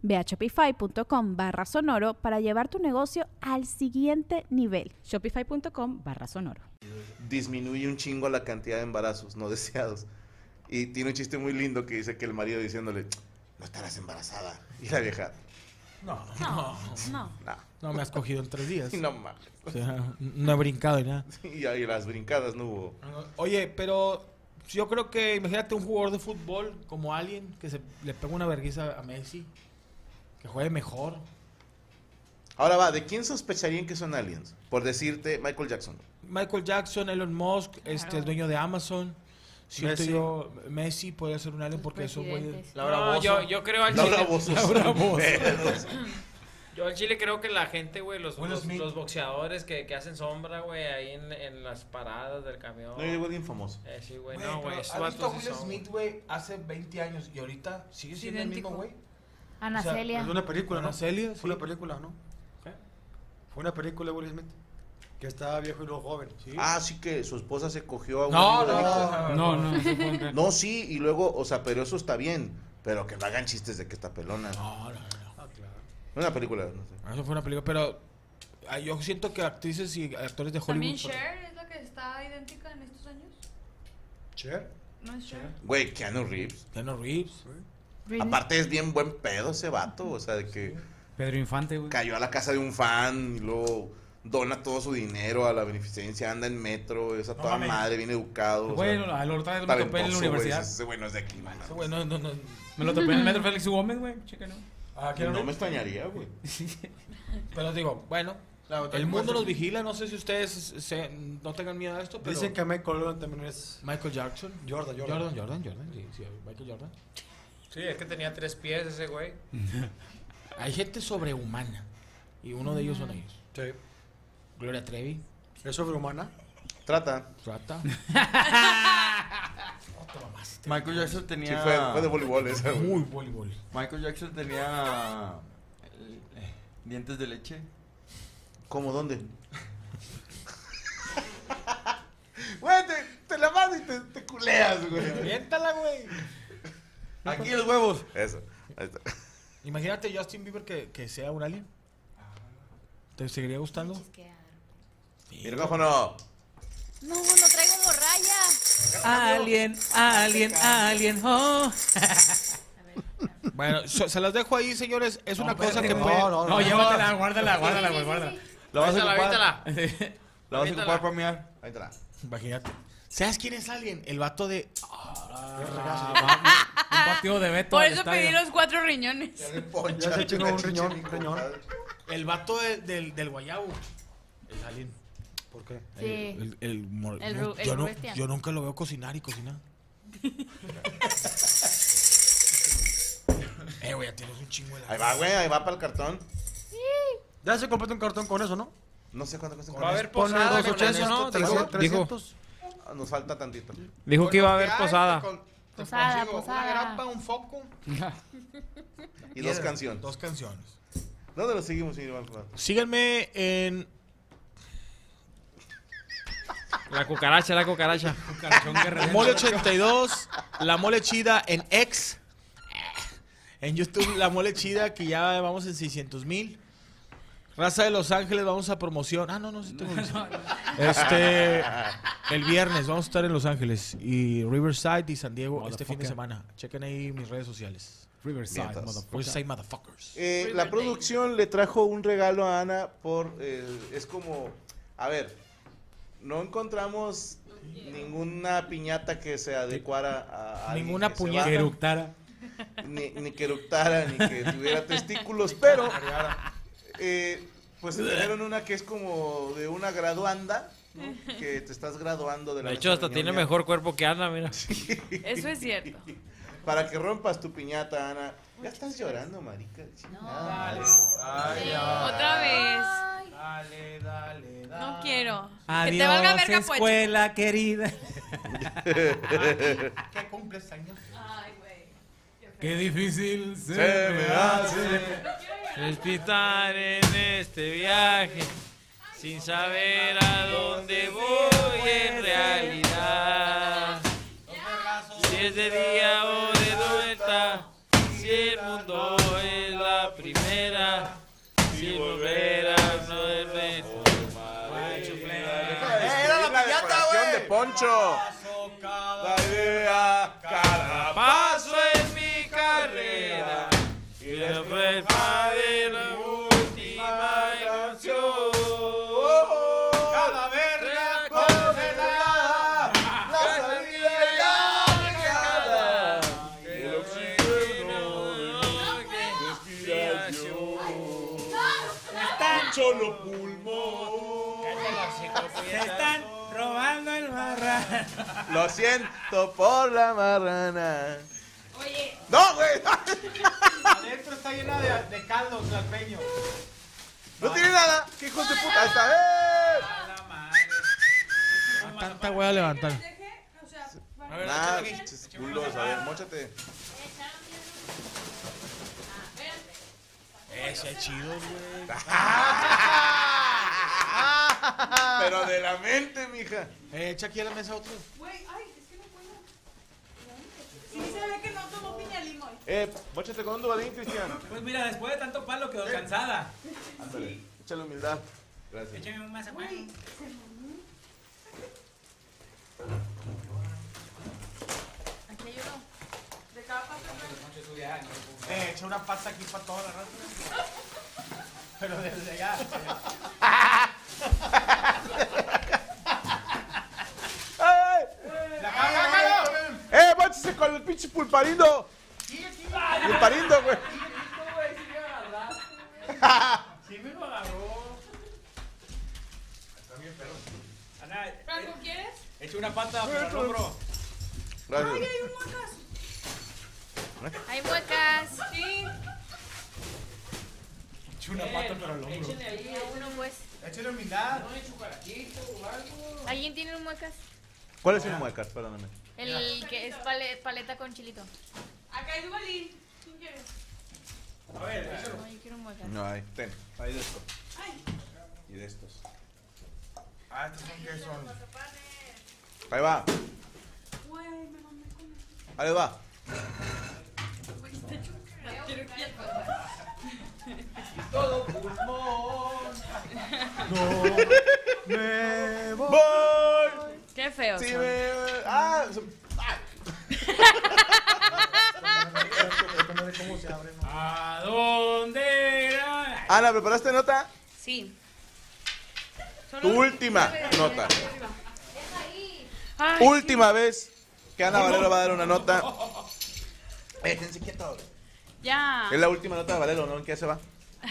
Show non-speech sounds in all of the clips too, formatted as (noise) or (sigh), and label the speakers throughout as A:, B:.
A: Ve a shopify.com barra sonoro para llevar tu negocio al siguiente nivel.
B: Shopify.com barra sonoro.
C: Disminuye un chingo la cantidad de embarazos no (laughs) deseados. Y tiene un chiste muy lindo que dice que el marido diciéndole, no estarás embarazada. Y la vieja,
D: No, no,
A: No.
C: no.
D: no me has cogido en tres días.
C: Y no mames.
D: O sea, no he brincado y nada.
C: Y ahí las brincadas no hubo.
D: Oye, pero yo creo que imagínate un jugador de fútbol como alguien que se le pega una vergüenza a Messi, que juegue mejor.
C: Ahora va, ¿de quién sospecharían que son aliens? Por decirte Michael Jackson.
D: Michael Jackson, Elon Musk, este, el dueño de Amazon. Siento
E: Messi.
D: yo, Messi podría ser un alien porque eso güey.
E: No, yo, yo creo al
C: Laura Eh,
E: chile.
C: Bozos.
D: Ah,
C: (laughs)
D: Laura Bozos.
C: Vergas.
E: Yo al chile creo que la gente, güey, los,
D: Will
E: los,
D: Smith.
E: los boxeadores que, que hacen sombra, güey, ahí en, en las paradas del camión.
C: No llegó alguien famoso.
E: Eh, sí, güey, no, güey. esos
D: ¿Has visto a
E: vatos sí
D: Will
E: son,
D: Smith, güey, hace 20 años y ahorita sigue siendo el mismo, güey?
F: Ana
D: O sea,
F: Celia.
G: Es de una película,
D: Una
G: ¿no?
D: serie, sí.
G: Fue una película, ¿no?
D: ¿Qué?
G: Fue una película de Will Smith. Que estaba viejo y luego joven.
D: Sí.
C: Ah, sí que su esposa se cogió a un
D: No,
C: amigo de Nico.
D: no, no, no.
C: No, sí, y luego, o sea, pero eso está bien. Pero que no hagan chistes de que está pelona.
D: No, no, no.
G: Ah, claro.
C: Una película, no sé.
D: Eso fue una película, pero ah, yo siento que actrices y actores de Hollywood.
F: También
D: por-
F: Cher es la que está idéntica en estos años.
G: Cher.
F: ¿No es Cher?
C: Güey, Keanu Reeves.
D: Keanu Reeves.
C: Aparte es bien buen pedo ese vato, o sea, de que
H: Pedro Infante, güey.
C: cayó a la casa de un fan y luego dona todo su dinero a la beneficencia, anda en metro, es a toda
D: mames.
C: madre, bien educado. o
H: Bueno,
C: sea,
H: a la otra vez me
C: talentoso,
H: topé en la
C: güey,
H: universidad.
C: Ese güey no es de aquí, man.
D: Ese güey, no, no, no.
H: Me lo topé en el metro Félix Gómez, güey. Chécalo.
D: Ah, Keanu
C: No me
D: Reeves.
C: extrañaría, güey.
D: Pero digo, bueno, el mundo nos vigila. No sé si ustedes se- no tengan miedo a esto, pero.
G: Dicen que Michael Jordan también es
D: Michael Jackson.
G: Jordan, Jordan.
D: Jordan, Jordan, Jordan. Sí, sí, Michael Jordan.
E: Sí, es que tenía tres pies ese, güey.
D: Hay gente sobrehumana. Y uno de ellos son ellos.
G: Sí.
D: Gloria Trevi,
G: Es sobrehumana.
C: Trata.
D: (laughs) Rata.
I: Michael Jackson
C: Sí,
I: tenía.
C: fue, fue de voleibol esa, güey.
D: Muy voleibol.
I: Michael Jackson tenía. eh, dientes de leche.
C: ¿Cómo? ¿Dónde? (laughs) Güey, te, te la mando y te, te culeas, güey.
D: Miéntala, güey.
I: Aquí los huevos.
C: Eso. Ahí está.
D: Imagínate Justin Bieber que, que sea un alien. ¿Te seguiría gustando?
C: Micrófono.
F: No, no traigo morralla.
H: Alien, alien, alien, oh.
D: Bueno, so- se las dejo ahí, señores. Es una cosa que
G: no,
D: puede.
G: no,
H: No, llévatela, guárdala, guárdala, güey, guárdala.
I: La vas a
E: Vítala,
I: ocupar.
E: vítala.
I: La vas a
E: Vítala.
I: ocupar para mirar.
C: Ahí está.
D: Imagínate. ¿Sabes quién es alguien? El vato de. Ah.
H: Un partido de Beto.
F: Por
H: al
F: eso
H: estadio.
F: pedí los cuatro riñones.
G: Ya se chingó un riñón, un riñón.
D: El vato de- del, del Guayabo. El alien.
G: ¿Por qué?
F: Sí.
D: El, el, el mor-
F: El
D: no,
F: ru- el este.
D: yo, no-
F: Rubistian.
D: yo nunca lo veo cocinar y cocinar. (laughs) eh, güey, ya tienes un chingo de la-
C: Ahí va, güey, ahí va para el cartón.
G: Ya se compró un cartón con eso, ¿no?
C: No sé cuánto cuesta.
E: Va a haber
G: Ponle
E: posada con
G: 280,
E: eso, ¿no?
G: 300,
H: Dijo.
G: 300.
C: Ah, Nos falta tantito.
H: Dijo que iba a haber
D: Con lo hay,
H: posada.
D: con- te
F: Posada,
D: consigo
F: posada.
D: Una grapa, un foco.
C: Y dos canciones.
D: Dos canciones.
C: ¿Dónde lo seguimos, señor Iván?
D: Síganme en
H: La cucaracha, la (laughs) cucaracha.
D: Mole 82, La Mole Chida en X. En YouTube, La Mole Chida, que ya vamos en 600 mil. Raza de Los Ángeles, vamos a promoción. Ah, no, no, sí tengo promoción. Este, el viernes vamos a estar en Los Ángeles y Riverside y San Diego este fin de
H: Motherfucker.
D: semana. Chequen ahí mis redes sociales.
H: Riverside,
C: Mientras.
D: Riverside Motherfuckers.
C: Eh, la producción le trajo un regalo a Ana por... eh, es como... A ver, no encontramos ninguna piñata que se adecuara a, a alguien
J: Ninguna
C: que se
J: puñeta.
E: Que
C: baja,
E: eructara.
C: ni, ni que eructara, ni (laughs) que tuviera testículos, pero eh, pues tuvieron una que es como de una graduanda, ¿no? que te estás graduando de la
E: De hecho, hasta
C: mesa
E: tiene
C: reunión
E: mejor cuerpo que Ana, mira.
F: Eso es cierto.
C: ya. Para que rompas tu piñata, Ana. Ya estás llorando, marica. chingada madre.
F: Otra vez.
D: Dale, dale, dale.
F: No quiero. que te valga
E: Adiós,
F: verga, pues.
E: escuela querida.
D: ¿Qué cumples años?
F: Ay, güey.
E: Qué difícil se,
C: Se me
E: respirar en este viaje sin saber a dónde voy en realidad. Si es de día o de vuelta, si el mundo es la primera, si volver a no verme
C: Deja de escribir la decoración de Poncho. La idea, cada
E: Paso en mi carrera y la prepa de la última canción.
C: Cada verga congelada, la salida ya el oxígeno de respiración. Solo pulmón.
E: Se están robando el barra.
C: Lo siento por la marrana.
F: Oye,
C: No, güey.
D: Adentro está llena de, de caldo, tlalpeño.
C: No tiene nada. ¿Qué hijos de puta? Ahí está. ¡Eh!
J: Tanta hueá levantar.
F: dejé, o sea, para-
C: Nah, pinches culos. A ver,
D: (laughs)
C: móchate.
J: Ese chido, güey.
C: Pero de la mente, mija.
J: Eh, Echa aquí a la mesa otro.
F: Güey, ay, es que no puedo. Sí se ve que no tomó piña limón.
C: Eh, móchate con un dubalín, Cristian.
E: Pues mira, después de tanto palo quedó cansada.
C: Ándale, échale humildad. Gracias.
E: Échame un mazapán.
F: Aquí hay uno. De cada paso, güey.
D: Eh, echa una pata aquí para toda la raza. Pero desde allá.
C: ¡Ay!
D: ¡La cago!
C: ¡Eh, móchese con el pinche pulparindo! ¡Pulparindo, güey!
D: Sí me lo agarró.
E: Ana, eh,
F: Franco, ¿quieres?
E: echa una pata por el hombro.
C: Gracias.
F: Hay un muecas. Hay muecas. Sí.
E: Eh, Echa una pata por el hombro.
F: Échenle ahí a uno, pues.
D: Échale humildad.
F: ¿Alguien tiene un muecas?
C: ¿Cuál es el muecar? Perdóname.
F: El que es pale- paleta con chilito. Acá hay Dubalín. ¿Quién quiere?
D: A ver, échalo.
F: No, yo quiero un muecas.
C: No, ahí, ten. Ahí de estos. Y de estos.
D: Ah, estos son que son.
C: Ahí va.
F: Güey, me mamé con esto.
C: Ahí va.
F: Güey, está chupada. Quiero que
C: (laughs)
D: Todo pulmón.
C: Me voy.
F: Qué feo.
C: Si me. Ah, so-
D: ¿Cómo se abre?
E: ¿A dónde era?
C: Ana, ¿preparaste nota?
F: Sí.
C: Tu última nota.
F: Ay,
C: Última vez que Ana Valero va a dar una nota. (laughs) Eh, tense quieto.
F: Ya.
C: Es la última nota de Valero, ¿no? ¿En qué se va?
K: Hey,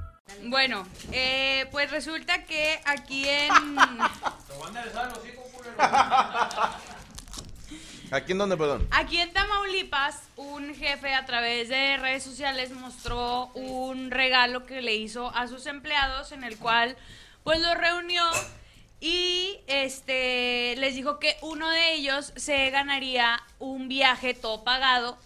F: Bueno, eh, pues resulta que aquí en.
C: ¿Aquí en dónde, perdón?
F: Aquí en Tamaulipas, un jefe a través de redes sociales mostró un regalo que le hizo a sus empleados en el cual pues los reunió y este les dijo que uno de ellos se ganaría un viaje todo pagado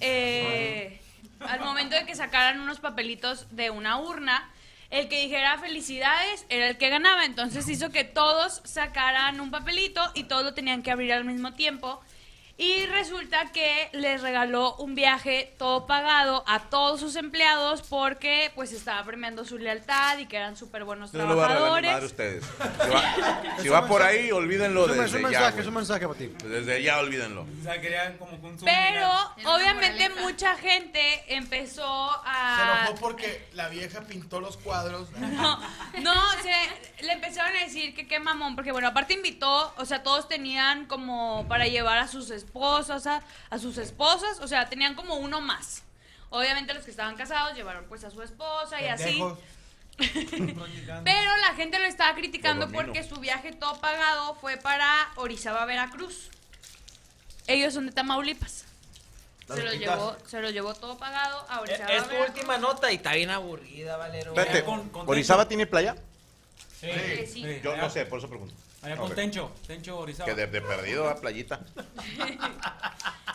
F: eh, al momento de que sacaran unos papelitos de una urna el que dijera felicidades era el que ganaba. Entonces hizo que todos sacaran un papelito y todos lo tenían que abrir al mismo tiempo. Y resulta que les regaló un viaje todo pagado a todos sus empleados porque pues estaba premiando su lealtad y que eran súper buenos
C: No lo van a
F: trabajadores.
C: reanimar ustedes. Si
F: (laughs)
C: va, si va por ahí, olvídenlo
G: Es un-
C: desde
G: es un
C: ya.
G: mensaje,
C: güey.
G: es un mensaje para ti.
C: Desde ya, olvídenlo.
D: O sea, querían como un zoom.
F: Pero obviamente mucha gente empezó a...
D: Se enojó porque la vieja pintó los cuadros.
F: No, no, se, le empezaron a decir que qué mamón, porque bueno, aparte invitó, o sea, todos tenían como para llevar a sus esposas, a, a sus esposas, o sea, tenían como uno más. Obviamente los que estaban casados llevaron pues a su esposa y así.
D: Pendejos.
F: Pero la gente lo estaba criticando
D: Por lo
F: porque
D: menos.
F: su viaje todo pagado fue para Orizaba, Veracruz. Ellos son de Tamaulipas.
E: Las
F: Se lo,
E: loquitas.
F: llevó, se lo llevó todo pagado a Orizaba,
E: Eh, Es tu
F: Veracruz.
E: última nota y está bien aburrida, Valero.
C: Espérate,
E: Con- con-
C: ¿Orizaba tiene playa?
E: Sí. Sí, sí.
C: Yo no sé, por eso pregunto.
L: Allá
C: A
L: con
C: ver.
L: Tencho, Tencho Orizaba.
C: Que de, de perdido a playita.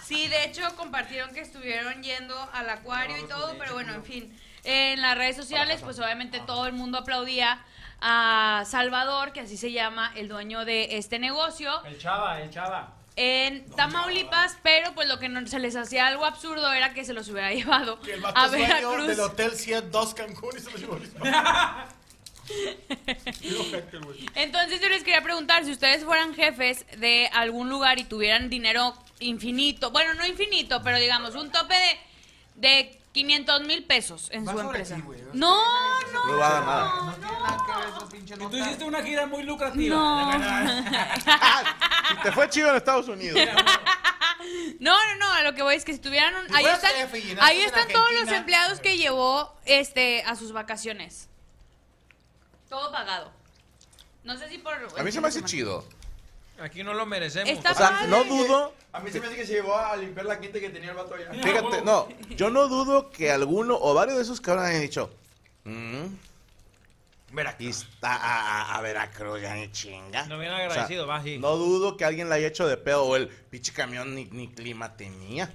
F: Sí, de hecho compartieron que estuvieron yendo al acuario y todo, pero bueno, en fin. En las redes sociales, pues obviamente todo el mundo aplaudía a Salvador, que así se llama el dueño de este negocio,
E: El chava, el chava.
F: en Tamaulipas, pero pues lo que no, se les hacía algo absurdo era que se los hubiera (laughs) llevado
D: El vato
F: a
D: es dueño
F: Veracruz.
D: del hotel Ciudad 2 Cancún y se lo llevó el
F: Entonces yo les quería preguntar, si ustedes fueran jefes de algún lugar y tuvieran dinero infinito, bueno, no infinito, pero digamos un tope de, de 500 mil pesos en su empresa. no, no,
C: No va a dar nada.
L: Y tú hiciste una gira muy lucrativa.
C: Y te fue chido en Estados Unidos.
F: no, no, no, a lo que voy es que si tuvieran un...
D: Si
F: Ahí
D: fueras
F: están,
D: jefe y llenaste
F: ahí
D: en
F: están todos los
D: Argentina.
F: empleados que llevó este a sus vacaciones. Todo pagado. No sé si por...
C: A mí se me hace chido.
E: Aquí no lo merecemos.
F: Está
C: O sea, no dudo.
I: A mí se me hace que se llevó a limpiar la quinta que tenía el vato allá.
C: Fíjate, no, yo no dudo que alguno o varios de esos cabrones hayan dicho. "Mm, Aquí está a, a- a Veracruz, ya ni chinga.
E: No bien
C: O sea,
E: agradecido, va, sí.
C: No dudo que alguien la haya hecho de pedo o el pinche camión ni, ni clima tenía.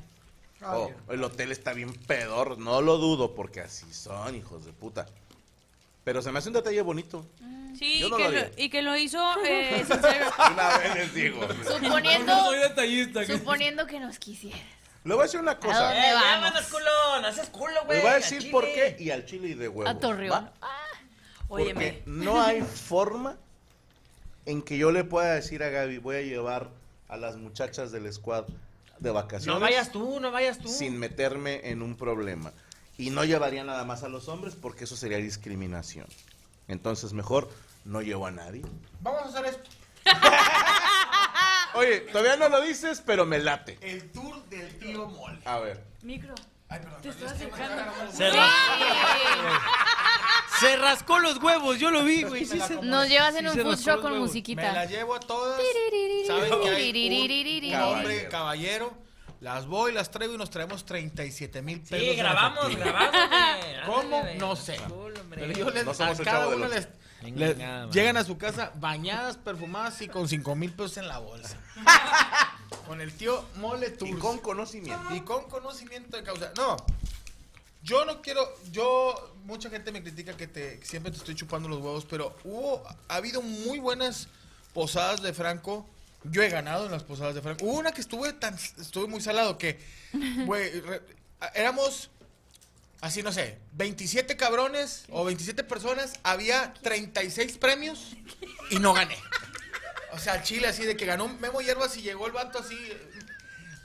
E: Ah,
C: O
E: bien.
C: el hotel está bien pedor. No lo dudo porque así son, hijos de puta. Pero se me hace un detalle
D: (laughs)
C: bonito.
F: Sí,
C: Yo no
F: y que
C: lo
F: lo,
C: haría.
F: y que lo
M: (laughs)
F: hizo eh, sincero.
C: Una vez les digo.
M: Suponiendo-
L: No soy detallista. que-
M: Suponiendo que nos quisieras.
C: Le voy a decir una cosa.
M: dónde
C: Les
M: vamos?
E: Llévanos, culo. No haces culo, güey.
C: Pues voy a
E: al
C: decir
E: chile.
C: por qué y al chile y de huevo.
E: A Torreón. Ah,
C: Porque no hay forma en que yo le pueda decir a Gaby, voy a llevar a las muchachas del squad de vacaciones
E: No vayas tú, no vayas tú.
C: sin meterme en un problema. Y no llevaría nada más a los hombres porque eso sería discriminación. Entonces mejor no llevo a nadie.
D: Vamos a hacer esto.
E: Ah.
C: Oye, todavía no lo dices, pero me late.
D: El tour del tío Mole.
C: A ver.
F: Micro.
D: Ay, perdón.
F: Te estás acercando.
E: Se rascó. Se rascó los huevos, yo lo vi, güey. Sí, se-
M: Nos llevas en
E: sí
M: un
E: se
M: food
E: rascó
M: truck
E: los
M: con
E: huevos.
M: musiquita.
D: Me la llevo a todas.
M: Tiriririri,
D: ¿Sabes que hay
M: tiriririri.
D: un hombre, caballero? Las voy, las traigo y nos traemos 37 mil pesos. en
E: grabamos,
D: efectivo.
E: grabamos,
F: (laughs)
E: güey.
D: ¿Cómo?
E: Ándale,
D: No sé. Pero yo les,
C: No
D: a
C: somos el
D: cada
C: Chavo del
D: uno
C: Ocho.
D: les,
E: Venga,
D: les-
E: nada más.
D: llegan a su casa bañadas, perfumadas y con 5 mil pesos en la (laughs) bolsa. con el tío Mole Tours. Y con
C: conocimiento.
D: Y con conocimiento de causa. No, yo no quiero, yo, mucha gente me critica que te, que siempre te estoy chupando los huevos, pero hubo, ha habido muy buenas posadas de Franco. Yo he ganado en las posadas de Franco. Hubo una que estuve tan, estuve muy salado que, güey, re- éramos, así no sé, 27 cabrones o 27 personas, había 36 premios y no gané. O sea, Chile así de que ganó Memo Hierbas y llegó el vato así,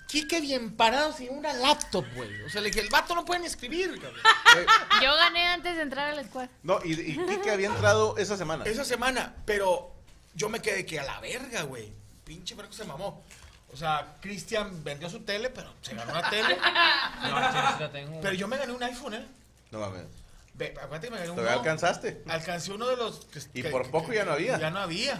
D: Quique bien parado sin una laptop, güey. O sea, le dije, el vato no pueden escribir, cabrón.
M: Yo gané antes de entrar a la escuela.
C: No, y, y Kike había entrado esa semana.
D: Esa semana, pero yo me quedé que a la verga, güey. Pinche verga se mamó. O sea, Cristian vendió su tele, pero se ganó
C: (laughs)
D: una tele. Pero yo me gané un iPhone, ¿eh?
C: No mames.
D: Ve, acuérdate que me gané uno.
C: Todavía alcanzaste.
D: Alcancé uno de los... que-
C: Y
D: que-
C: por poco ya no había.
D: Ya no
C: (laughs)
D: había.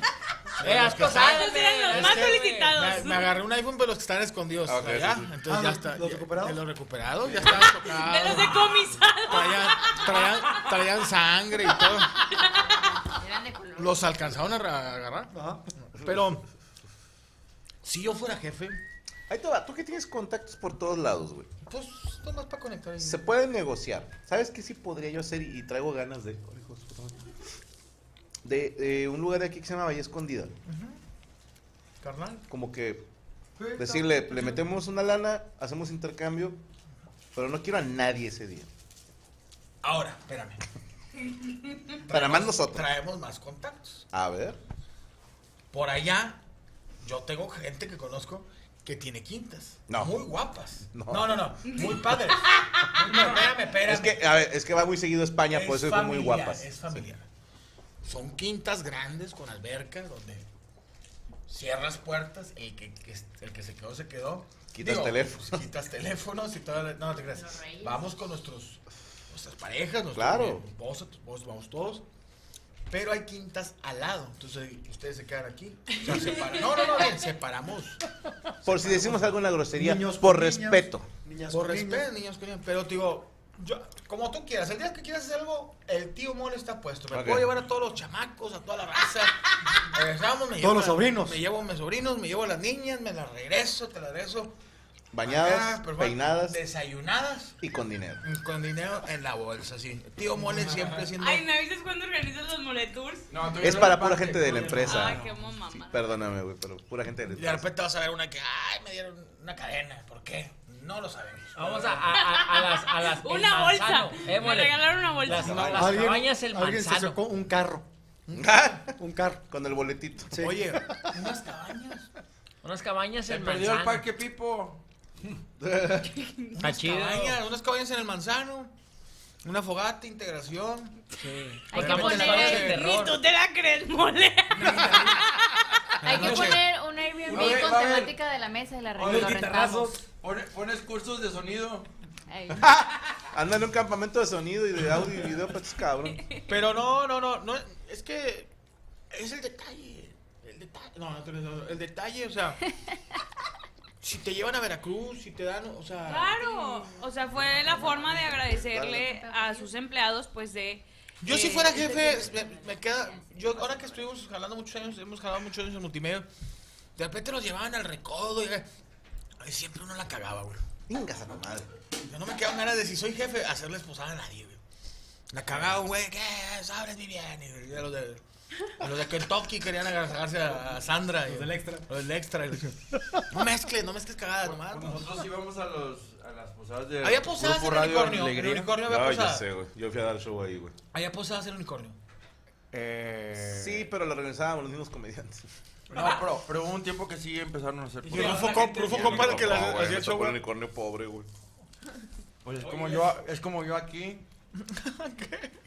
C: Eh, has pasado,
D: Esos eran los más
F: solicitados.
D: Me, me agarré un iPhone, pero los que están escondidos.
C: Ah, ok,
D: allá.
C: sí, sí.
D: Entonces
C: Ah,
D: ya
C: ¿los-
D: está.
C: los
D: ya-
C: recuperados?
D: De los recuperados, ya
F: (laughs)
D: estaban tocados.
F: De los decomisados.
D: Traían, traían, traían sangre y todo. Los alcanzaron a ra- agarrar. Pero, si yo fuera jefe,
C: Ahí te va, tú que tienes contactos por todos lados, güey.
D: pues, nomás para conectar. ahí.
C: Se puede negociar. ¿Sabes qué sí podría yo hacer? Y traigo ganas de. hijo de su- de, de eh, un lugar de aquí que se llama Bahía Escondida.
D: Carnal.
C: Como que decirle, le metemos una lana, hacemos intercambio, pero no quiero a nadie ese día.
D: Ahora, espérame.
C: Para más nosotros.
D: Traemos más contactos.
C: A ver.
D: Por allá, yo tengo gente que conozco que tiene quintas.
C: No.
D: Muy guapas.
C: No.
D: No, no, no. Muy
C: (laughs)
D: padres. No, espérame, espérame.
C: Es que, a ver, es que va muy seguido a España, por eso pues, es muy
D: familiar,
C: guapas.
D: Es familiar. Son quintas grandes con alberca donde cierras puertas, el que, que- el que se quedó se quedó.
C: Quitas teléfonos.
D: pues, Quitas teléfonos y todo. No, te creas. Vamos con nuestros, nuestras parejas, nuestros
C: Claro.
D: esposa, tu esposo, vamos todos. Pero hay quintas al lado, entonces ustedes se quedan aquí. O sea, separa- No, no, no, bien, separamos.
C: Por si decimos alguna grosería, por respeto.
D: Por respeto, niños con niños. Pero te digo, yo, como tú quieras, el día que quieras hacer algo, el tío Mole está puesto. Me
C: Ok.
D: puedo llevar a todos los chamacos, a toda la
G: (laughs)
D: raza. Regresamos, me
G: Todos
D: llevo
G: los
D: a-
G: sobrinos.
D: Me llevo a mis sobrinos, me llevo a las niñas, me las regreso, te las regreso.
C: Bañadas,
D: Acá, perfecto,
C: peinadas
D: Desayunadas.
C: y con dinero.
D: Con dinero en la bolsa, sí. Tío Mole siempre siendo.
F: Ay, ¿me avisas cuándo organizas los moletours?
D: No,
C: Es para pura gente de la
F: Ay,
C: empresa.
F: qué mamá.
C: Sí, perdóname, güey, pero pura gente de la
D: Y de
C: empresa.
D: repente vas a ver una que, ay, me dieron una cadena. ¿Por qué? No lo sabemos.
E: Vamos a, a, a- a las, a
F: (laughs)
E: las. el
F: Una
E: manzano,
F: bolsa.
E: eh,
F: Me
E: mole.
F: regalaron una bolsa.
E: Las, no, las
G: Alguien-
E: cabañas, el
G: alguien se
E: manzano.
G: sacó un carro.
C: (laughs) Un carro. Con el boletito.
D: Oye,
E: unas cabañas. Unas cabañas,
D: Se
E: el
D: perdió el
E: manzano.
D: parque
E: Pipo.
D: Unas
E: chido.
D: cabañas, unas cabañas en el manzano. Una fogata, integración.
E: Sí.
D: Hay
E: que ponerle-
F: Ni tú te la crees, mole.
M: Hay que poner un Airbnb
L: A ver,
M: con
L: va a ver.
M: temática de la mesa y la
L: A ver, guitarrazos.
M: rentamos.
L: Pone- Pones cursos de sonido.
M: Ahí.
C: Anda en un campamento de sonido y de audio y video para estos cabrón.
D: Pero no, no, no, no. Es que es el detalle. El detalle. No, no, no, no, el detalle, o sea. si te llevan a Veracruz, si te dan, o sea.
F: Claro. O sea, fue la forma de agradecerle a sus empleados, pues de.
D: Yo si
F: eh,
D: fuera jefe, me, me queda. Yo ahora que estuvimos jalando muchos años, hemos jalado muchos años en multimedia, de repente nos llevaban al recodo y ay, siempre uno la cagaba, güey.
C: Vengas a la madre.
D: Yo no me quedo ganas de si soy jefe, hacerle posada a nadie, güey. La cagaba, güey, que sabes mi bien. Y a los de, a los de Kentucky querían agarrarse a, a Sandra. Los del extra. Los del extra. y le dije, No mezcles, no mezcles cagadas, nomás.
I: Pues Nosotros íbamos a, los, a las posadas de.
D: Había posadas
I: Grupo
D: en
I: Radio
D: Unicornio, en
I: Alegría.
D: Unicornio había
C: No, ya
D: posadas.
C: sé, güey. Yo fui a dar show ahí, güey.
D: Allá posadas el unicornio.
I: Eh,
C: Sí, pero lo organizábamos los mismos comediantes.
I: No, pero, pero hubo un tiempo que sí empezaron a hacer.
C: Y
I: posadas.
C: Rufo Cop- Rufo Cop era el que las-
I: No, güey,
C: hacía
I: me
C: el show,
I: tocó el
C: güey. unicornio pobre, güey.
I: Pues es como yo, es como yo aquí.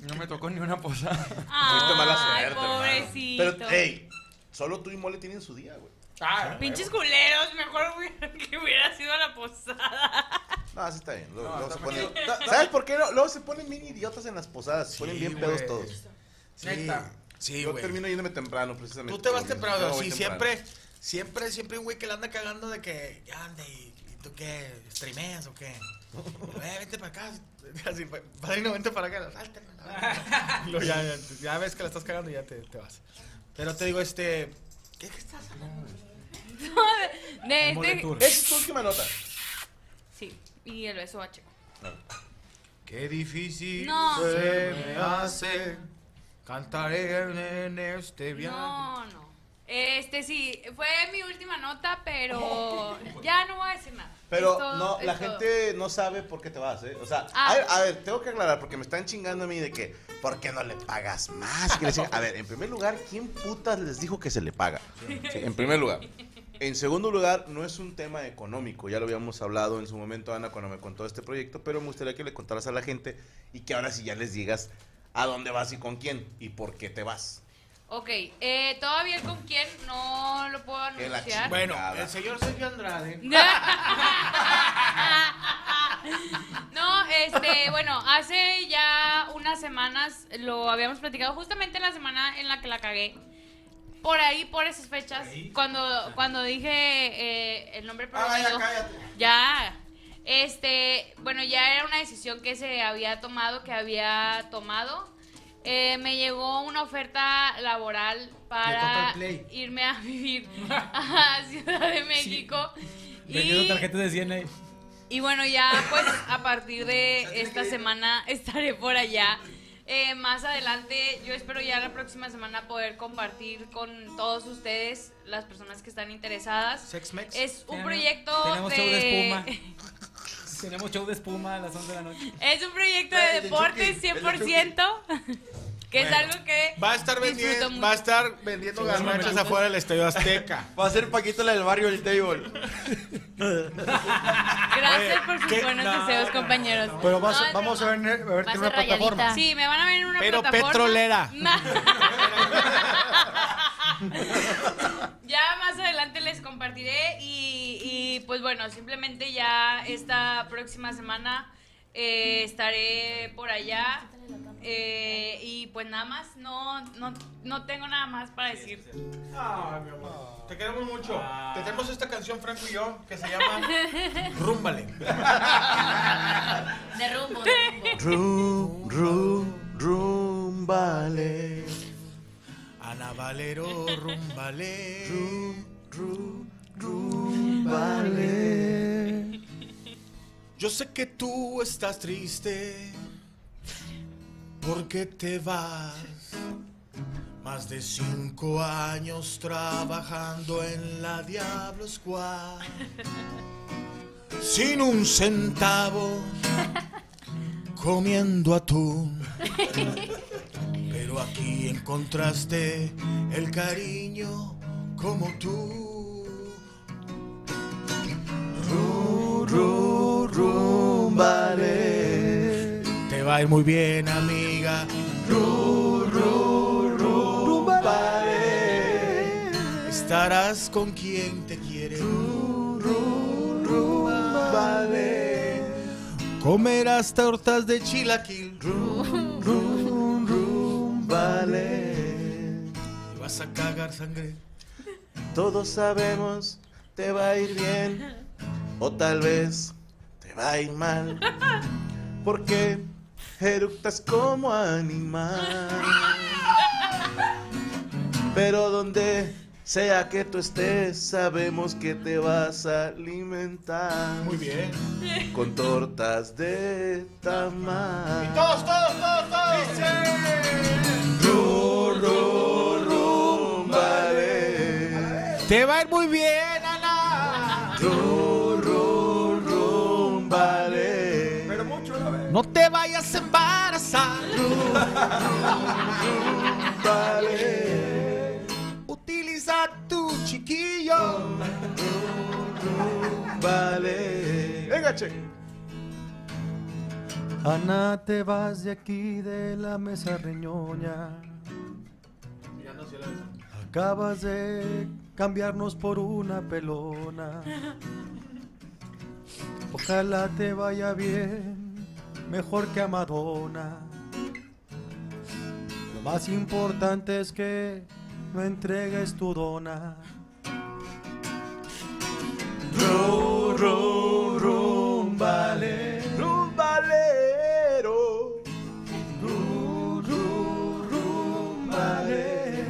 I: No me tocó ni una posada.
C: Tuviste mala suerte, hermano.
F: pobrecito.
C: Pero, hey, solo tú y Mole tienen su día, güey.
D: Ah,
F: Pinches culeros, mejor (laughs) hubiera- que hubiera sido a la posada. (laughs)
C: No, así está bien. Luego,
F: No,
C: luego
F: está
C: se ponen-
F: muy chido.
C: ¿Sabes por qué? Luego se ponen bien idiotas en las posadas. Se ponen bien pedos
D: güey.
C: todos.
D: Sí. Neta. Sí,
C: Yo
D: güey.
C: termino yéndome temprano, precisamente.
D: Tú te vas
C: Yo
D: temprano,
C: voy
D: sí,
C: temprano.
D: siempre, siempre, siempre un güey que le anda cagando de que, ya ande, ¿y y tú qué? ¿Streameas (laughs) o qué? Güey, vente para acá, (laughs) así, pa- padrino, vente para acá, salte. (laughs) Y luego ya, ya, ya ves que la estás cagando y ya te, te vas. Pero te digo, este, ¿qué, qué estás hablando?
F: De
D: Un
F: este-
D: moletour.
C: Esa es tu última nota.
F: Sí, y el beso a Checo.
D: Qué difícil
F: No.
D: se me hace cantar en, en este viaje.
F: No, no. Este sí, fue mi última nota, pero ya no voy a decir nada.
C: Pero
F: Es todo,
C: no,
F: es
C: la
F: todo.
C: gente no sabe por qué te vas, ¿eh? O sea,
F: Ah.
C: a, ver, a ver, tengo que aclarar porque me están chingando a mí de que, ¿por qué no le pagas más? Quiero decir, a ver, en primer lugar, ¿quién putas les dijo que se le paga? Sí, en primer lugar. En segundo lugar, no es un tema económico, ya lo habíamos hablado en su momento, Ana, cuando me contó este proyecto, pero me gustaría que le contaras a la gente y que ahora sí ya les digas a dónde vas y con quién y por qué te vas.
F: Ok, eh, todavía el con quién no lo puedo
C: Que la
F: anunciar.
D: Bueno, el señor Sergio Andrade.
F: (laughs) No, este, bueno, hace ya unas semanas lo habíamos platicado, justamente la semana en la que la cagué. Por ahí, por esas fechas, cuando, cuando dije eh, el nombre prohibido, ya, este, bueno, ya era una decisión que se había tomado, que había tomado. Eh, me llegó una oferta laboral para
L: Total Play.
F: irme a vivir
L: (laughs)
F: a Ciudad de México.
L: Vendiendo
F: Y-
L: tarjetas de eh. 100 ahí.
F: (laughs) y bueno, ya pues a partir de esta semana estaré por allá eh, más adelante, yo espero ya la próxima semana poder compartir con todos ustedes, las personas que están interesadas.
E: Sexmex.
F: Es un
E: Tenemos-
F: proyecto
E: tenemos show de
F: de... (laughs)
E: Tenemos show de espuma a las 11 de la noche.
F: Es un proyecto
E: Eh,
F: de
E: el de
F: deporte
E: Chucky, el de
F: 100%, (laughs) que es
D: Bueno.
F: algo que
D: Va a estar
F: disfruto
D: vendiendo,
F: mucho.
D: va a estar vendiendo garnachas afuera del Estadio Azteca.
N: Va a ser Paquito la del barrio el table.
F: Gracias por sus
N: ¿qué?
F: buenos
N: No,
F: deseros,
N: no,
F: compañeros.
G: Pero vas-
F: No, es
G: vamos a ver, a verte en
F: broma.
G: una plataforma.
F: Sí, me van a ver en una
G: Pero
F: plataforma. (laughs)
G: petrolera.
F: Ya más adelante les compartiré y, y, pues bueno, simplemente ya esta próxima semana eh, estaré por allá. eh, y pues nada más, no, no, no tengo nada más para decir.
M: Te queremos mucho.
G: Ah.
M: Te tenemos esta canción, Franco y yo, que se
F: (laughs)
M: llama Rúmbale.
O: De rumbo, de rumbo.
C: Rum, rum, rumbale.
D: Ana Valero, rumbale.
C: Vale.
D: Yo sé que tú estás triste porque te vas. Más de cinco años trabajando en la Diablo Squad. Sin un centavo, comiendo atún. Pero aquí encontraste el cariño como tú.
C: Ru, rumbale.
D: Te va a ir muy bien, amiga. Ru, ru, ru, Estarás con quien te quiere. Comerás tortas de chilaquil. Y vas a cagar sangre.
C: Todos sabemos te va a ir bien o tal vez te va a ir mal porque eructas como animal. Pero donde sea que tú estés, sabemos que te vas a alimentar. Muy bien. Con tortas de tamal.
M: Todos, todos, todos, todos.
D: Te va a ir muy bien, Ana.
C: Pero mucho la vez.
D: No te vayas a embarazar. Utiliza tu chiquillo.
C: Vale. Venga, che.
G: Ana, te vas de aquí de la mesa reñoña. Acabas de cambiarnos por una pelona. Ojalá te vaya bien, mejor que a Madonna. Lo más importante es que no entregues tu dona.
C: Ru, ru, rumbale. Rumbalero. Ru, ru, rumbale.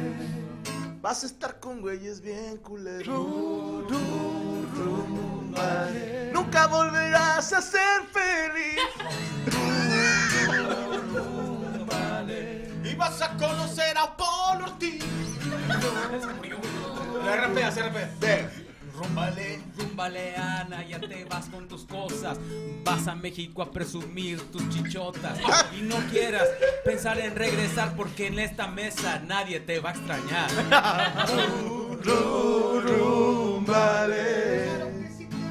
C: Vas a estar con güeyes bien culeros. Ru, ru, rumbale. Nunca volverás a ser feliz.
M: Y vas a conocer a Paul Ortiz. La rapea, se rapea.
E: Rumbale, rumbale, Ana, ya te vas con tus cosas. Vas a México a presumir tus chichotas. Y no quieras pensar en regresar porque en esta mesa nadie te va a extrañar.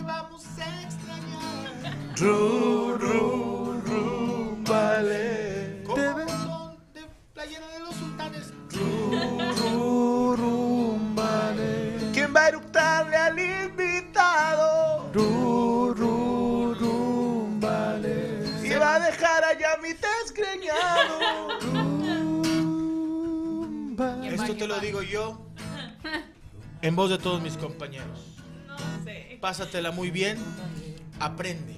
M: Vamos a extrañar.
C: Ru, ru, rumbale.
M: Como botón de playera de los sultanes.
C: Ru, rumbale. ¿Quién va a eructarle al invitado? Ru, ru, rumbale. Y va a dejar allá mi desgreñado.
D: Esto te lo digo yo en voz de todos mis compañeros.
F: No sé.
D: Pásatela muy bien, aprende,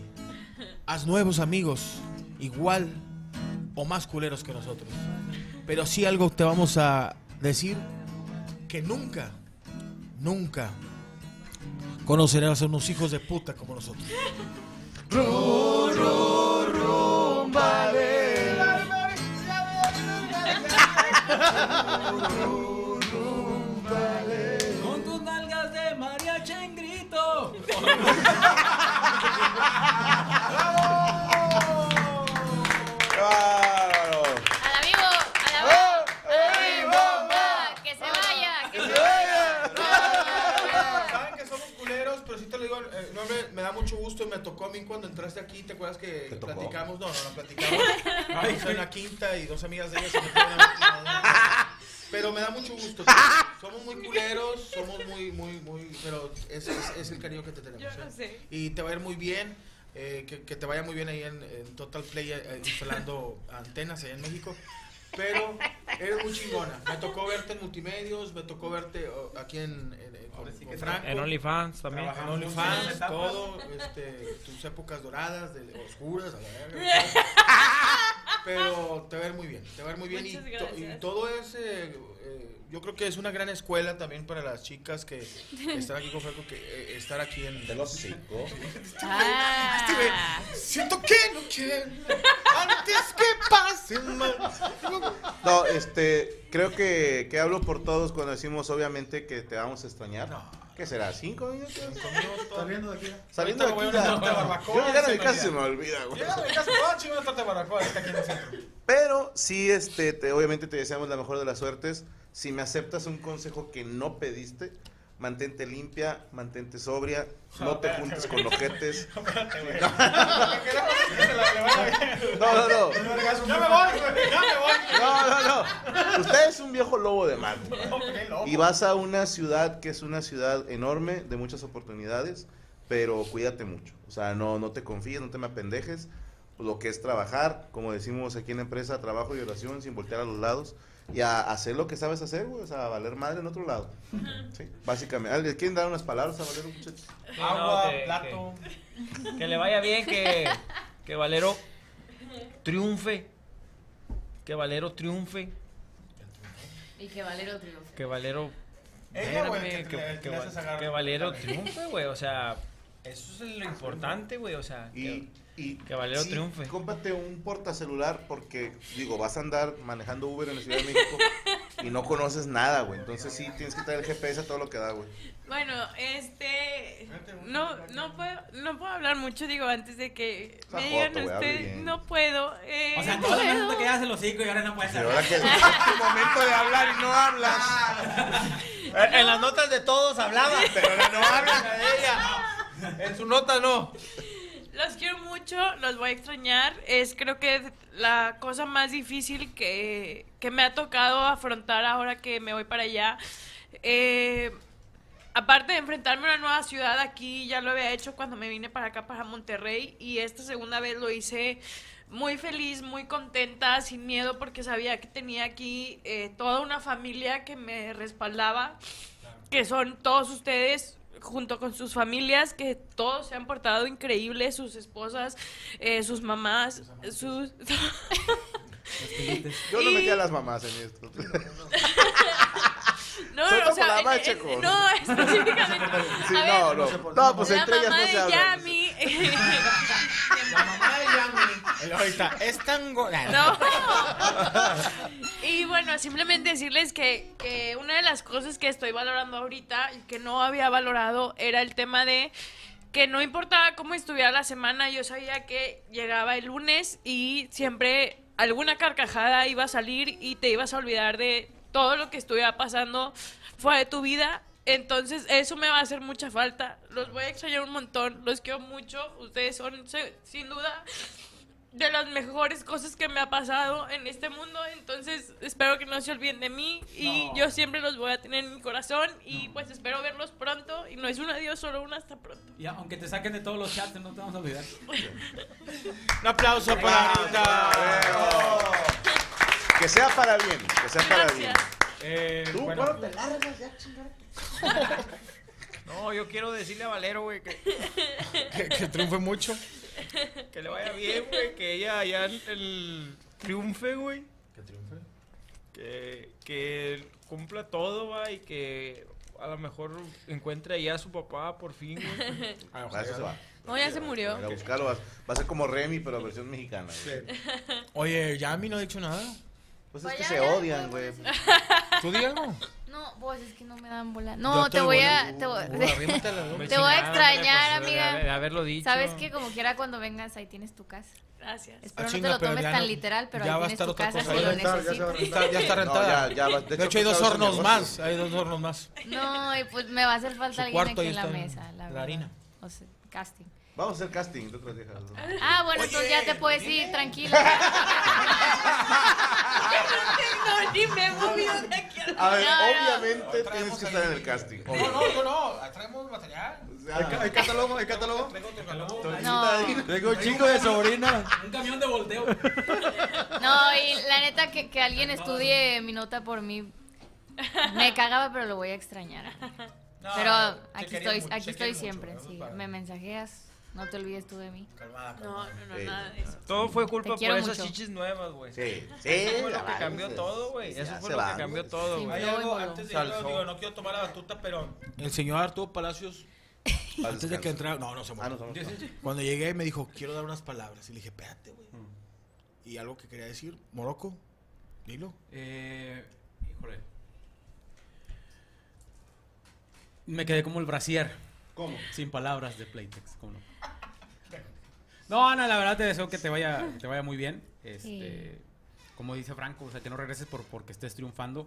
D: haz nuevos amigos, igual o más culeros que nosotros. Pero sí algo te vamos a decir que nunca, nunca conocerás a unos hijos de puta como nosotros.
C: Ru, ru, rumbale.
P: Con tus nalgas de mariachi en grito.
C: ¡Bárbaro!
M: ¡Al amigo! ¡Al amigo! ¡Al amigo! ¡Que se vaya! ¡Que se vaya!
F: (laughs)
D: Saben que somos culeros, pero sí te lo digo, eh, no, me, me da mucho gusto y me tocó a mí cuando entraste aquí, ¿te acuerdas que
C: tocó?
D: platicamos? No, no, no platicamos.
C: Ay,
D: Ay, soy
C: güey.
D: una quinta y dos amigas de ellas se metieron a la- Pero me da mucho gusto. tío. Somos muy culeros, somos muy, muy, muy. Pero es, es- es el cariño que te tenemos.
L: Yo lo
D: ¿eh?
L: sé.
D: Y te va a ir muy bien. eh, que, que te vaya muy bien ahí en, en Total Play eh, instalando (laughs) antenas allá en México. Pero eres muy chingona. Me tocó verte en multimedios, me tocó verte oh, aquí en, en- eh, con, con Franco.
E: En OnlyFans también.
D: Trabajamos en
E: En
D: OnlyFans,
E: etapas.
D: todo, este, tus épocas doradas, de, oscuras, a la
L: (laughs)
D: verga, pero te va a ir muy bien, te va a ir muy bien. Y,
L: Muchas
D: to- y
L: gracias.
D: todo es, eh, eh, yo creo que es una gran escuela también para las chicas
L: (laughs)
D: que están aquí con Franco, que eh, estar aquí en... De los cinco.
L: Ah.
D: Siento que no quiero, antes que pasen más.
C: No, este, creo que, que hablo por todos cuando decimos, obviamente, que te vamos a extrañar. ¿Qué será? ¿Cinco minutos?
Q: Saliendo de aquí.
C: Saliendo de aquí.
D: Ahorita
C: ya- (laughs)
D: voy a una torta de barbacoa,
C: Yo llegar a
D: se
C: mi
D: me
C: casa se me olvida,
D: olvida.
C: güey.
D: Llega a mi casa, ah, chinga, una torta de barbacoa, está aquí en el centro.
C: Pero sí, este, te- obviamente te deseamos la mejor de las suertes. Si me aceptas un consejo que no pediste, mantente limpia, mantente sobria,
D: Ah,
C: no te juntes con
D: (laughs)
C: ojetes. (laughs) No, no, no.
D: Ya me voy, güey, ya me voy.
C: No, no, no. Usted es un viejo lobo de mar. Y vas a una ciudad que es una ciudad enorme, de muchas oportunidades, pero cuídate mucho. O sea, no, no te confíes, no te me apendejes. Lo que es trabajar, como decimos aquí en la empresa, trabajo y oración sin voltear a los lados. Y a hacer lo que sabes hacer, güey. O sea, a valer madre en otro lado. Sí, básicamente. Ah, ¿les ¿Quieren dar unas palabras a Valero, muchachos?
E: Sí, no, que- Que, que le vaya bien, que, que Valero triunfe. Que Valero triunfe.
M: Y que Valero triunfe.
E: Que Valero.
D: Ella, Eh, güey,
E: Espérame,
D: que te- que le
E: va-
D: haces agarrar.
E: que Valero triunfe, güey. O sea, eso es lo importante, güey. O sea, que, que Valero
C: Sí,
E: triunfe.
C: Cómprate un portacelular porque, digo, vas a andar manejando Uber en la Ciudad de
L: (laughs)
C: México y no conoces nada, güey. Entonces sí tienes que traer el GPS a todo lo que da,
L: (laughs)
C: güey.
L: Bueno, este. No, no puedo, no puedo hablar mucho, digo, antes de que
C: Está
L: me
C: joto,
L: digan
C: güey, hable
L: ustedes.
C: bien.
L: No puedo. eh,
P: O sea,
L: no
P: todo el
L: puedo.
P: momento que ya se los cinco y ahora no puedes
C: Pero ahora que-
P: momento
C: de hablar y no hablas.
E: En las notas de todos hablaba, pero no hablan
D: de ella. En su nota no.
L: Los quiero mucho, los voy a extrañar. Es creo que la cosa más difícil que, que me ha tocado afrontar ahora que me voy para allá. Eh, aparte de enfrentarme a una nueva ciudad aquí, ya lo había hecho cuando me vine para acá, para Monterrey, y esta segunda vez lo hice muy feliz, muy contenta, sin miedo, porque sabía que tenía aquí eh, toda una familia que me respaldaba, que son todos ustedes junto con sus familias, que todos se han portado increíble, sus esposas, eh, sus mamás, sus... (laughs)
C: Yo no
L: Y-
C: metí a las mamás en esto.
L: No,
C: Soy
L: no, o
C: como
L: sea,
C: la más,
L: eh, eh,
C: Checo. (laughs)
L: no, específicamente.
C: Sí,
L: a
C: no,
L: ver,
C: no. No, pues
L: la
C: entre ellas
L: mamá
C: no se
L: de
C: hablan.
L: Yami.
C: (laughs)
L: (laughs)
D: Ahorita, es tan go-
L: No. Y bueno, simplemente decirles que, que una de las cosas que estoy valorando ahorita y que no había valorado era el tema de que no importaba cómo estuviera la semana, yo sabía que llegaba el lunes y siempre alguna carcajada iba a salir y te ibas a olvidar de todo lo que estuviera pasando fuera de tu vida. Entonces eso me va a hacer mucha falta. Los voy a extrañar un montón, los quiero mucho. Ustedes son se- sin duda de las mejores cosas que me ha pasado en este mundo. Entonces, espero que no se olviden de mí. Y yo siempre los voy a tener en mi corazón. Y pues espero verlos pronto. Y no es un adiós, solo un hasta pronto.
P: Y aunque te saquen de todos los chats, no te vamos a olvidar.
D: Un aplauso para Anita.
C: Que sea para bien, que sea para bien.
E: Eh,
C: Tú,
E: bueno.
C: bueno, te largas ya, chingar.
E: No, yo quiero decirle a Valero, güey,
M: (laughs)
E: que,
D: Que, que triunfe mucho.
E: que le vaya bien, güey, que ella ya el, el triunfe, güey.
D: Que triunfe.
E: Que, que cumpla todo, va, y que a lo mejor encuentre ya a su papá por fin,
M: (laughs)
E: güey.
D: Ah,
C: Para eso se va.
L: No, ya se
C: Va
L: murió.
C: a ir a buscarlo, va, va a ser como Remy, pero versión mexicana. güey.
D: Oye, Yami no ha dicho nada.
C: Pues es
M: Pues
C: que
M: ya,
C: se
M: ya,
C: odian, güey. Pues
J: ¿Tú di algo?
M: No, vos es que no me dan bola.
J: Yo
M: No,
J: te
M: te
J: doy
M: voy
J: bola.
M: a. (laughs) Te voy,
J: Uh, arrímatela, ¿no? Me
M: te voy a
J: chingaron,
M: extrañar,
J: pues,
M: amiga.
J: de haberlo dicho.
M: Sabes que como quiera, cuando vengas, ahí tienes tu casa.
L: (laughs)
F: Gracias.
M: Espero
J: Ah,
M: no
J: chinga,
M: te lo
J: pero
M: tomes
J: ya
M: tan
J: no-
M: literal, pero
J: ya
M: ahí
J: va a
M: tienes
J: estar
M: tu
J: otra
M: casa
J: cosa. Ya
M: si lo
J: va a estar, ya se va a
M: necesitas.
J: rentar, ya está rentada.
C: ya va- de
J: de,
C: hecho,
J: hecho, hay dos
C: acaba ese
J: hornos
C: negocio.
J: más. Hay dos hornos más.
M: No, y pues me va a hacer
J: Su
M: falta alguien
J: cuarto
M: aquí
J: ahí
M: en la
J: está
M: mesa. La, verdad.
J: harina.
M: O sea, casting.
C: Vamos a hacer casting
E: (laughs)
C: de otras viejas. ¿no?
M: Ah, bueno, entonces ya te puedes ir, tranquila.
F: No, ni me he movido de aquí.
C: A ver,
M: No, no.
C: obviamente tienes que estar en el casting.
D: No, no, yo no. Traemos material.
C: ¿Hay, ca- hay catálogo? ¿Hay (laughs) catálogo?
M: No.
G: Tengo un chico de sobrina.
L: Un camión de volteo.
M: No, y la neta que, que alguien estudie mi nota por mí. Me cagaba, pero lo voy a extrañar. pero aquí
D: quería
M: estoy,
D: mucho,
M: aquí
D: te
M: estoy
D: quería
M: siempre.
D: mucho,
M: sí.
D: ¿verdad?
M: Me mensajeas, no te olvides tú de mí.
F: No, no, no, nada de eso.
E: Todo fue
M: Te
E: culpa por
M: quiero
E: esas
M: mucho.
E: chichis nuevas, güey.
C: Sí, sí,
E: Eso fue
C: la
E: lo que
C: verdad,
E: cambió
C: pues,
E: todo, güey.
C: ya
E: Eso fue lo
C: se
E: que
C: van,
E: cambió
C: güey.
E: todo,
M: Sí,
E: güey.
D: Hay
M: Luego,
D: algo
M: luego.
D: antes de irnos,
C: Salsón.
D: digo, no quiero tomar la batuta, pero
J: El señor Arturo Palacios, antes de que entrara. No, no se
C: Ah,
J: muere.
C: no, no, no.
J: Cuando llegué me dijo, quiero dar unas palabras. Y le dije, espérate, güey.
L: Mm.
J: Y algo que quería decir, Morocco, dilo.
L: Eh, híjole. Me quedé como el brasier.
C: ¿Cómo?
L: Sin palabras de Playtex, ¿cómo no? No, no, la verdad te deseo que te vaya, que te vaya muy bien. Este, Como dice Franco, o sea, que no regreses por, porque estés triunfando.